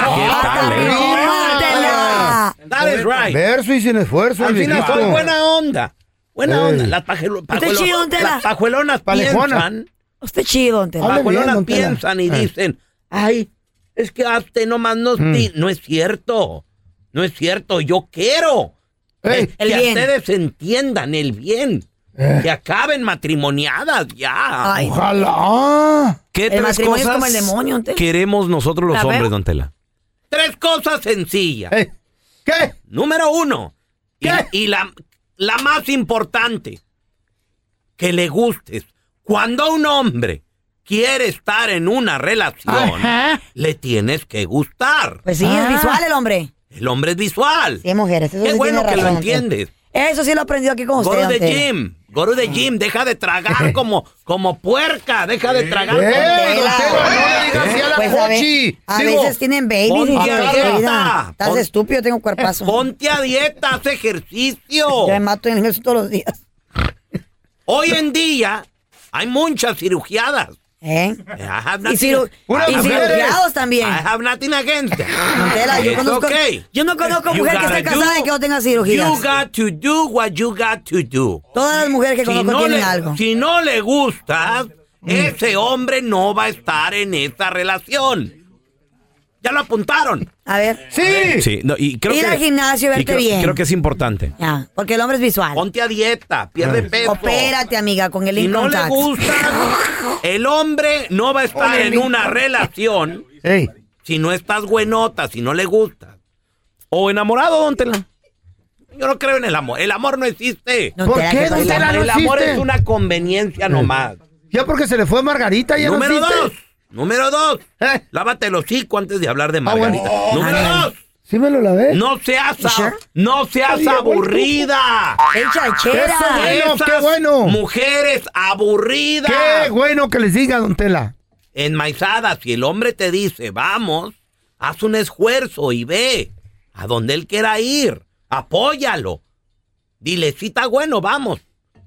eh?
Ah,
Ah,
That is right.
Verso y sin esfuerzo.
Al final
viejito.
soy buena onda. Buena
Ey.
onda. Las, pajelo-
Usted es chido, don
pajuelonas,
Tela.
las pajuelonas
Palejona.
piensan.
Usted chido, don
Las pajuelonas piensan y dicen, ay, es que hazte nomás no, ti-". no es cierto. No es cierto. Yo quiero que,
el
que
bien.
ustedes entiendan el bien. Que acaben matrimoniadas ya.
Ay.
Ojalá.
¿Qué
El
tres
matrimonio es
cosas
como el demonio, don Tela.
queremos nosotros los
¿La veo?
hombres, don Tela?
Tres cosas sencillas.
Eh,
¿Qué?
Número uno. y- Y, la, la más importante. Que le gustes. Cuando un hombre quiere estar en una relación,
¿Eh?
le tienes que gustar.
Pues sí, es visual el hombre.
El hombre es visual.
Sí, mujeres. Eso
Qué
sí
bueno
tiene
que lo
razón, don Tela.
entiendes.
Eso sí lo aprendí aquí con usted.
Goro
don
de
Tela.
Jim. Goro de Jim. Deja de tragar como, como puerca. Deja de tragar como
Eh, don
puerca.
Tela, Pues a, ve- a
Digo,
veces tienen babies
¿Eh? ponte
y
a
se les
dieta.
olvida. Estás
Pon-
estúpido, tengo cuerpazo.
Ponte a dieta, haz ejercicio.
Yo me mato en el gimnasio todos los días.
Hoy en día hay muchas cirugiadas.
¿Eh?
I have
Y,
nothing-
ciru-
Puras
y
mujeres.
cirugiados también.
I have nothing against them.
Don Tela, yo
It's
conozco-
okay.
yo no conozco
You
mujer que
gotta
esté casada
do-
y que no tenga cirugías.
You got to do what you got to do.
Todas las mujeres que conozco tienen
le,
algo. Mm.
Si no le gustas, ese hombre no va a estar en esa relación. ¿Ya lo apuntaron?
A ver.
Sí.
Sí, no, y creo
Ir
que,
al gimnasio y verte
creo-
bien.
Creo que es importante.
Ya, Ah, porque el hombre es visual.
Ponte a dieta, pierde
Ah.
peso.
Opérate, amiga, con el
Si no
income
le
tax.
gusta, el hombre no va a estar en una relación si no estás buenota, si no le gusta.
O enamorado, don Tela.
Yo no creo en el amor. El amor no existe.
¿Por Tela, qué, que don
El,
todavía- Tela, no
el amor
existe?
es una conveniencia nomás.
Ya porque se le fue Margarita ya
Número
no existe.
dos. Número dos. Lávate el hocico antes de hablar
Ah,
de Margarita. Número dos.
Sí me lo lavé.
No seas, ab- no seas
Oye, güey,
aburrida.
chachera. Eso bueno, qué
Esas
bueno.
Mujeres aburridas.
Qué bueno que les diga, don Tela.
Enmaizada, si el hombre te dice, vamos, haz un esfuerzo y ve a donde él quiera ir. Apóyalo. Dile, si está bueno, vamos.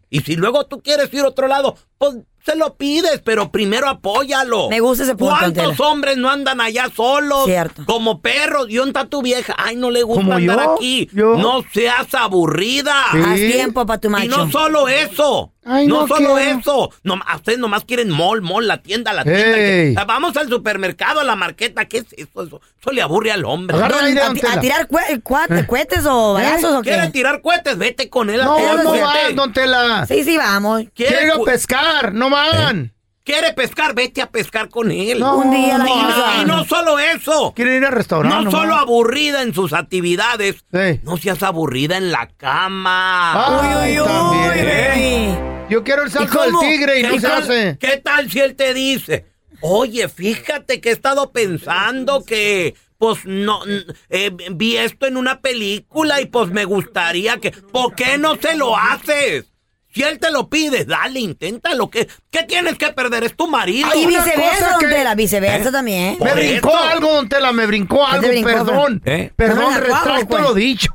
Y si luego tú quieres ir a otro lado, pues se lo pides, pero primero apóyalo.
Me gusta ese punto,
¿Cuántos
Antela.
hombres no andan allá solos?
Cierto.
Como perros. ¿Y dónde está tu vieja? Ay, no le gusta
Como
andar
yo,
aquí.
yo.
No seas aburrida.
Sí. Haz tiempo pa' tu macho.
Y no solo eso.
Ay,
no,
no
solo
quiero.
eso. No, a ustedes nomás quieren mall, mall, la tienda, la tienda.
Ey.
Ah, Vamos al supermercado, a la marqueta. ¿Qué es eso? Eso, eso le aburre al hombre.
Don- a, ti- a tirar cue- cua- cohetes o balazos o
¿Quieren
qué?
¿Eh? tirar cohetes? Vete con él. a
Eh. No,
tirar
no
cohetes.
van, don Tela.
Sí, sí, vamos.
Quiero
cu- ¿Eh?
pescar, no van.
¿Quiere pescar? Vete a pescar con él.
No, Un día a la
Y no-
casa.
y no solo eso.
Quieren ir al restaurante.
No
nomás.
solo aburrida en sus actividades, no seas aburrida en la cama.
Ay, también. Yo quiero el salto del tigre y no
¿Qué
se
tal-
hace.
¿Qué tal si él te dice, oye, fíjate que he estado pensando que, pues no, n- eh, vi esto en una película y pues me gustaría que, ¿por qué no se lo haces? Si él te lo pide, dale, inténtalo. ¿Qué, qué tienes que perder? Es tu marido.
Y
Una
viceversa,
cosa
don
que-
Tela, viceversa
¿Eh?
también.
Me brincó algo, don Tela, me brincó
¿Qué te
algo,
brincó,
perdón.
Fran? ¿Eh?
Perdón,
Perdón, ¿cuál,
retracto
cuál?
lo dicho.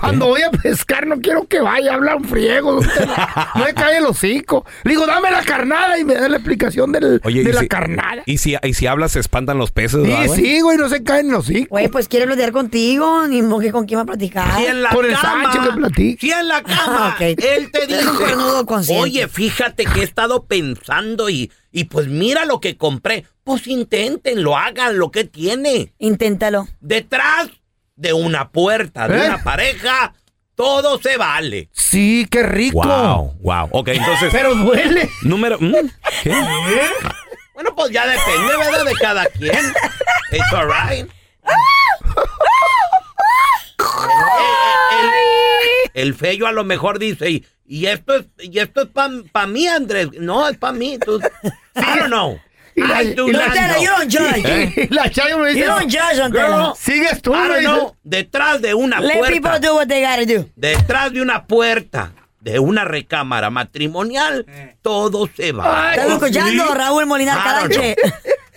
Cuando voy a pescar no quiero que vaya a hablar un friego, don Tela. No me cae el hocico. Le digo, dame la carnada y me da la explicación del,
Oye,
de
y,
la
si,
carnada.
y si y si hablas se espantan los peces,
Sí,
¿verdad, güey?
sí, güey, no se caen los hijos.
Eh, Güey, pues quiere platicar contigo, ni modo que con quién va a platicar.
Si en la cama, si en la cama,
Ah, ok.
él te
Eres un cuernudo
dice,
consciente.
oye, fíjate que he estado pensando y, y pues mira lo que compré. Pues inténtenlo, hagan lo que tiene.
Inténtalo.
Detrás de una puerta, de
¿Eh?
una pareja, todo se vale.
Sí, qué rico.
Wow, wow. Ok, entonces.
Pero duele.
Número. mm, ¿Qué?
Bueno, pues ya depende, ¿verdad? De cada quien. It's alright. El feyo a lo mejor dice, y, y esto es, y esto es para mí, Andrés. No, es para mí. Tú, I don't know. I do
y la-
not
Tela,
know.
you don't judge.
¿Eh?
La Chayo me dice, You don't judge, don
Girl,
Tela. Sigues tú,
I
me
don't
dice.
know. Detrás de una
Let people
puerta.
do what they gotta do.
Detrás de una puerta. De una recámara matrimonial. Todo se va.
Estás escuchando, Raúl Molinar Caranche.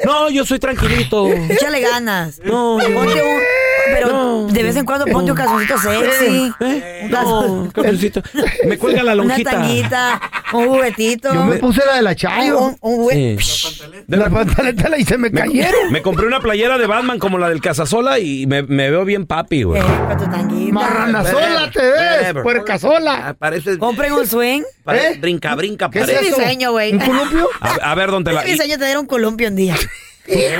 No, yo soy tranquilito.
Échale ganas.
No.
Ponte un- Pero de vez en cuando ponte un calzoncito sexy. Un calzon-
Pues,
Me cuelga Eh, la lonjita.
Una tanguita, un juguetito.
Yo me puse la de la Chayo.
Un, un juguete.
La pantaleta la y se me cayeron.
Me compré una playera de Batman como la del Casasola y me, me veo bien papi, güey.
Eh.
Marrana sola te ves,
Whatever.
puerca sola.
Ah,
Parece.
Compren un swing.
Pare- Brinca, brinca,
¿Qué es
parece.
eso? diseño, güey.
¿Un columpio?
A, a ver, ¿dónde
Es
la.?
mi sueño tener un columpio un día.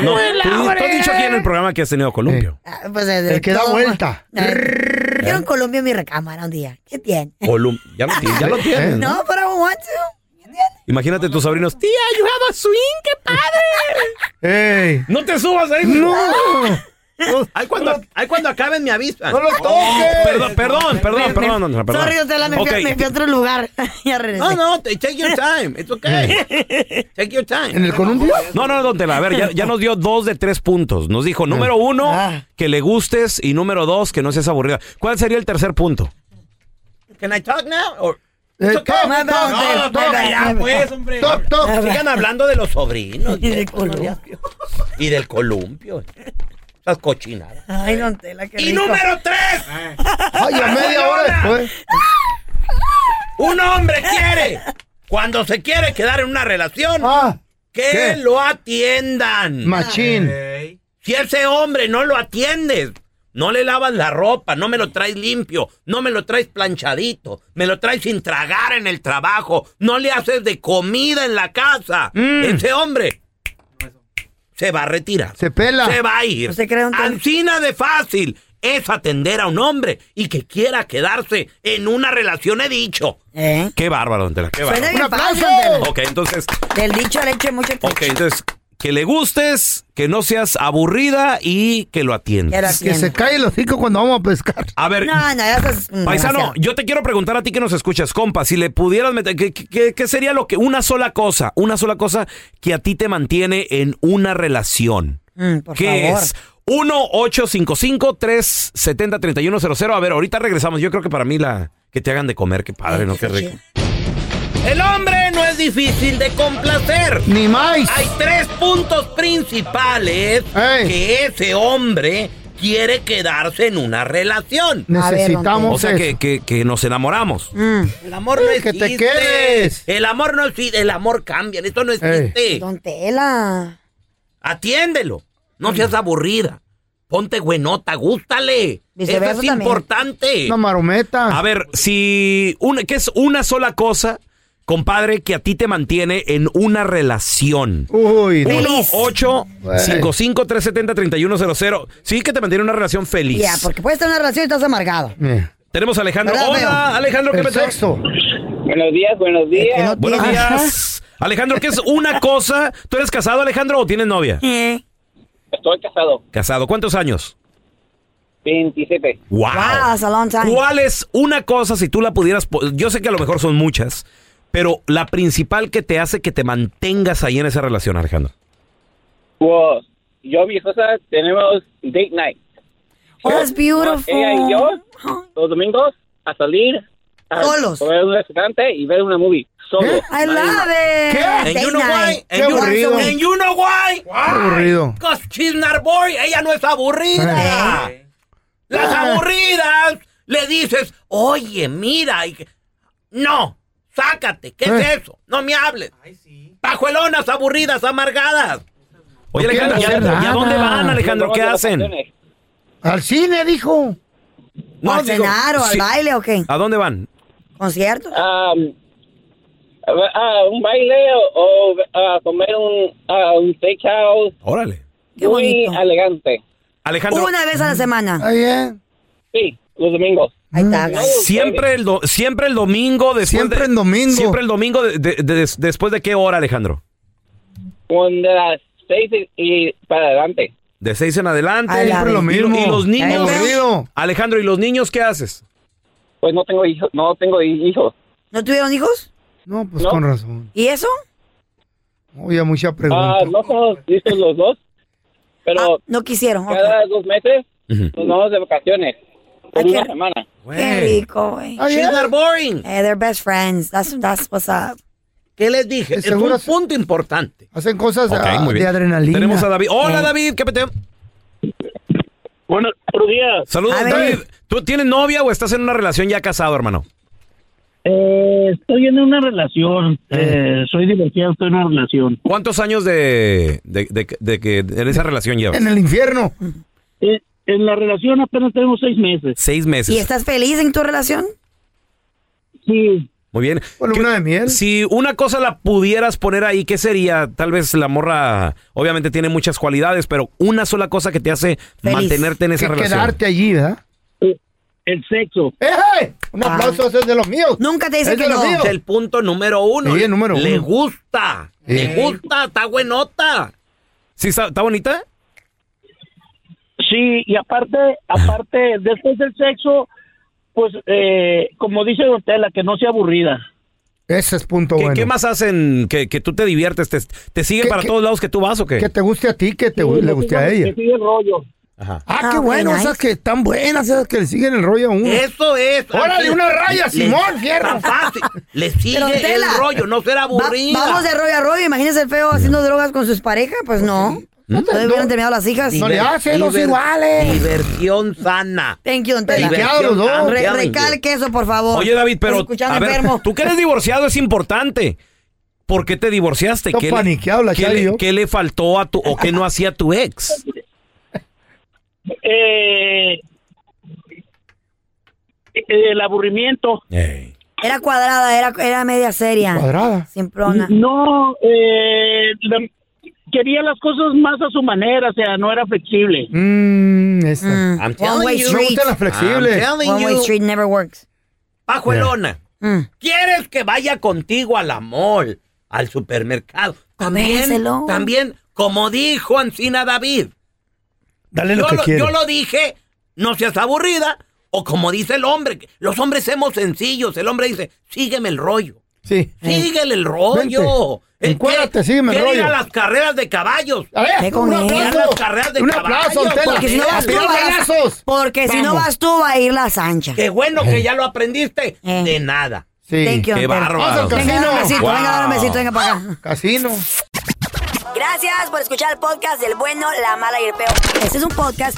No, tú, tú has dicho aquí en el programa que has tenido columpio.
Ah, Pues, eh,
El que da
todo-
vuelta.
Eh, Quiero un columpio en mi recámara un día. ¿Qué tiene?
Colum- ya lo tienes,
Eh.
ya lo tienes.
No, pero I want to.
Imagínate tus sobrinos. Tía, you have a swing, qué padre. No te subas ahí.
Ahí cuando, ahí cuando acaben me avisan.
No lo toques. Oh, perdón, perdón, perdón, perdón,
Me-
Andrea, perdón.
Sorry, yo te la me, fui a-
Ok.
me fui a otro lugar. ya regresé.
No, no, te- take your time. It's okay. take your time.
¿En el columpio?
No, no, don Tela, a ver, ya, ya nos dio dos de tres puntos. Nos dijo,
Ah.
número uno, que le gustes y número dos, que no seas aburrida. ¿Cuál sería el tercer punto?
Can I talk now? Or-
Eh,
It's okay.
talk,
No,
talk,
no,
talk,
no,
talk.
ya, pues, hombre.
Talk, talk.
Sigan hablando de los sobrinos. Y del
Pues,
columpio. Y del columpio. Esas cochinadas.
Ay, don Tela, qué
Y
rico. Eh.
número tres.
Ay, a media hora después.
Un hombre quiere, cuando se quiere quedar en una relación, que
Ah. ¿qué?
lo atiendan.
Machín.
Eh, Si ese hombre no lo atiendes, no le lavas la ropa, no me lo traes limpio, no me lo traes planchadito, me lo traes sin tragar en el
Mm.
trabajo, no le haces de comida en la casa, ese hombre
se va a retirar.
Se pela.
Se va a ir. Ancina de fácil es atender a un hombre y que quiera quedarse en una relación, he dicho.
Qué bárbaro, don Tela, Qué
¿Eh? Suena
bárbaro.
bien padre, Antela.
Oh. Ok, entonces,
Del dicho al hecho hay mucho
ok, entonces, que le gustes, que no seas aburrida y que lo atiendas.
Que se cae el hocico cuando vamos a pescar.
A ver,
No, no, eso es... mm,
Paisano,
demasiado.
yo te quiero preguntar a ti que nos escuchas, compa, si le pudieras meter, ¿qué, qué- qué sería lo que, una sola cosa, una sola cosa que a ti te mantiene en una relación?
Mm, por
¿Qué
favor.
es? 1-855-370-3100. A ver, ahorita regresamos. Yo creo que para mí la que te hagan de comer, qué padre, ¿no? Qué rico.
El hombre no es difícil de complacer.
Ni más.
Hay tres puntos principales que ese hombre quiere quedarse en una relación.
O sea, que, que- que nos enamoramos.
Mm.
El amor no existe.
te quedes.
El amor no existe. El amor cambia. Esto no existe.
Don Tela.
Atiéndelo. No seas aburrida. Ponte buenota. Gústale. Eso
Viceversa
es
también.
importante.
Una marometa.
A ver, si una, ¿qué es una sola cosa, compadre, que a ti te mantiene en una relación?
Uy,
1
feliz.
8 55 370 3100 Sí, que te mantiene una relación feliz.
Ya, porque puedes tener una relación y estás amargado.
Tenemos a Alejandro.
¿Verdad,
Hola,
Leo?
Alejandro, ¿qué
El
me
sexto.
Buenos días, buenos días. buenos
tiene.
días. Alejandro, ¿qué es una cosa? ¿Tú eres casado, Alejandro, o tienes novia?
Estoy casado,
Casado. ¿Cuántos años?
27.
Wow.
Wow, that's a long time.
¿Cuál es una cosa si tú la pudieras? po- Yo sé que a lo mejor son muchas, pero la principal que te hace que te mantengas ahí en esa relación, Alejandro.
Pues, yo y mi esposa tenemos date night.
Oh, that's beautiful.
Ella y yo, los domingos, a salir. A
Solos.
Comer en un restaurante y ver una movie. Solo.
I love it.
And you know why?
Qué
And you-
aburrido.
and you know why?
aburrido.
Because she's not boring. Ella no es aburrida. Las aburridas le dices, oye, mira. y que- No, sácate. ¿Qué es eso? No me hables. Pajuelonas, aburridas, amargadas.
Oye, Alejandro, ¿y a,
quiero hacer
y a dónde
nada.
van, Alejandro? ¿Qué hacen?
Al cine, dijo.
No,
¿A
digo,
cenar o al
sí.
baile o qué?
¿A dónde van?
¿Concierto?
Um, Ah, un baile o, o, ah, comer un, ah, un steakhouse.
Oh.
Órale.
Qué
muy
bonito.
elegante.
Alejandro. Mm.
Una vez a la semana.
¿eh?
Sí, los domingos.
Ahí está.
Siempre el, do- siempre el domingo después Siempre el domingo. Siempre el domingo de- de- de- des- después de qué hora, Alejandro?
Con de las seis y- y para adelante.
De seis en adelante.
A la Siempre lo
Y-
mismo.
Y, los niños.
Aburrido.
Alejandro, ¿y los niños qué haces?
Pues no tengo hijos, no tengo hijos.
¿No tuvieron hijos?
No, pues con razón.
¿Y eso?
Oye, mucha pregunta.
Ah, no somos listos los dos, pero
Ah, No quisieron. ok.
cada dos meses nos vamos de vacaciones. Por una semana.
Qué rico, güey.
Oh, yeah. She's not
boring.
Eh, they're best friends. That's, that's what's up.
¿Qué les dije? Es un punto importante.
Hacen cosas
Ok,
ah,
muy
de
bien.
adrenalina.
Tenemos a David. Hola,
Eh.
David, ¿qué peteo?
Bueno, buenos días.
Saludos,
A ver.
David. ¿Tú tienes novia o estás en una relación ya casado, hermano?
Eh, estoy en una relación. eh, soy divorciado, estoy en una relación.
¿Cuántos años de, de, de- de que en esa relación llevas?
el infierno.
en la relación apenas tenemos seis meses.
Seis
¿Y
meses.
estás feliz en tu relación?
Sí.
Muy bien. ¿Qué- Si una cosa la pudieras poner ahí, ¿qué sería? Tal vez la morra, obviamente tiene muchas cualidades, pero una sola cosa que te hace mantenerte en esa
Que
relación.
quedarte allí, ¿verdad?
El sexo.
¡Eh! eh! Un
Ah.
aplauso, ese es de los míos.
Nunca te
es de los míos.
Es el punto número uno.
Sí, el número
Le
uno.
gusta. Le gusta. Está buenota.
¿Sí está, está bonita?
Sí, y aparte, aparte, después del sexo, pues, eh, como dice Don Tela, que no sea aburrida.
Ese es punto
¿Qué,
bueno.
qué más hacen que, que tú te diviertes? ¿Te, te siguen
¿Qué-
para
qué-
todos lados que tú vas o qué?
Que te guste a ti, que te le guste a ella.
el rollo.
Ajá.
Ah, qué bueno, esas que están buenas, esas que le siguen el rollo a uno.
Eso es.
¡Órale,
Así-
una raya,
le-
Simón, fierro!
tan fácil. Le sigue
Pero,
el
Tela,
rollo, no será
Va-
aburrida.
vamos de rollo a rollo. Imagínense el feo haciendo drogas con sus parejas. Pues no. No
No.
hubieran terminado las hijas.
Diver- Diversión sana.
Thank you, don Tela.
Divorciados los dos.
Re- recalque eso, por favor.
Oye, David,
Nos
pero
escuchan
a ver,
enfermo.
tú que eres divorciado es importante. ¿Por qué te divorciaste?
Estoy
¿Qué
paniqueado, la
qué
Chayo.
le, qué le faltó a tu o qué no hacía tu ex?
Eh, el aburrimiento.
Era cuadrada, era, era media seria.
Cuadrada.
Simplona.
No, eh, la- quería las cosas más a su manera, o sea, no era flexible.
Mmm, esta.
One-way street.
flexible. I'm telling
One-way
you.
street never works.
Pajuelona, ¿quieres que vaya contigo al mall, al supermercado? También,
Déselo.
también, como dijo Ancina David.
Dale
yo,
lo que
yo
quiere.
lo dije, no seas aburrida, o como dice el hombre, que los hombres somos sencillos, el hombre dice, sígueme el rollo.
Sí.
Síguele el rollo.
Eh,
Eh,
Vente. Encuérdate, sígueme el
Quiere ir
rollo.
a las carreras de caballos.
A ver,
Quiere
un
ir a
aplauso.
las carreras de
Un
caballos.
aplauso, Tela.
Porque si no vas
A
tú,
tirar
vas-
balazos.
porque si no
Vamos.
vas tú, va a ir la Sancha.
Qué bueno que ya lo aprendiste. De nada.
Sí.
Eh. Thank you,
Qué
Antero.
bárbaro.
Venga, dame un besito,
Wow.
venga, dame un besito, venga para acá.
Casino.
Gracias por escuchar el podcast del bueno, la mala y el peor. Este es un podcast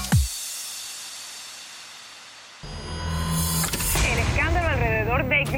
El escándalo alrededor de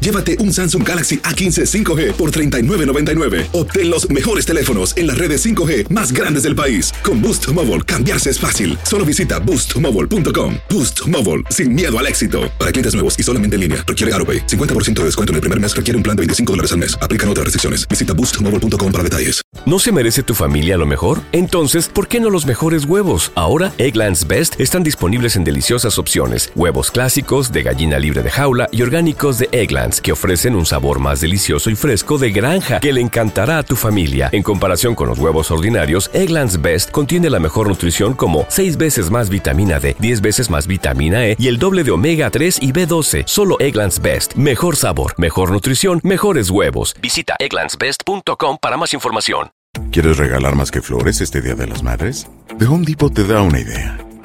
llévate un Samsung Galaxy A15 5G por $39.99. Obtén los mejores teléfonos en las redes 5G más grandes del país. Con Boost Mobile, cambiarse es fácil. Solo visita boostmobile.com. Boost Mobile, sin miedo al éxito. Para clientes nuevos y solamente en línea, requiere AroPay. 50% de descuento en el primer mes requiere un plan de 25 dólares al mes. Aplican otras restricciones. Visita boostmobile.com para detalles.
¿No se merece tu familia lo mejor? Entonces, ¿por qué no los mejores huevos? Ahora, Egglands Best están disponibles en deliciosas opciones. Huevos clásicos, de gallina libre de jaula y orgánicos de Egglands, que ofrecen un sabor más delicioso y fresco de granja que le encantará a tu familia. En comparación con los huevos ordinarios, Egglands Best contiene la mejor nutrición como 6 veces más vitamina D, 10 veces más vitamina E y el doble de omega 3 y B12. Solo Egglands Best. Mejor sabor, mejor nutrición, mejores huevos. Visita egglandsbest.com para más información.
¿Quieres regalar más que flores este Día de las Madres? The Home Depot te da una idea.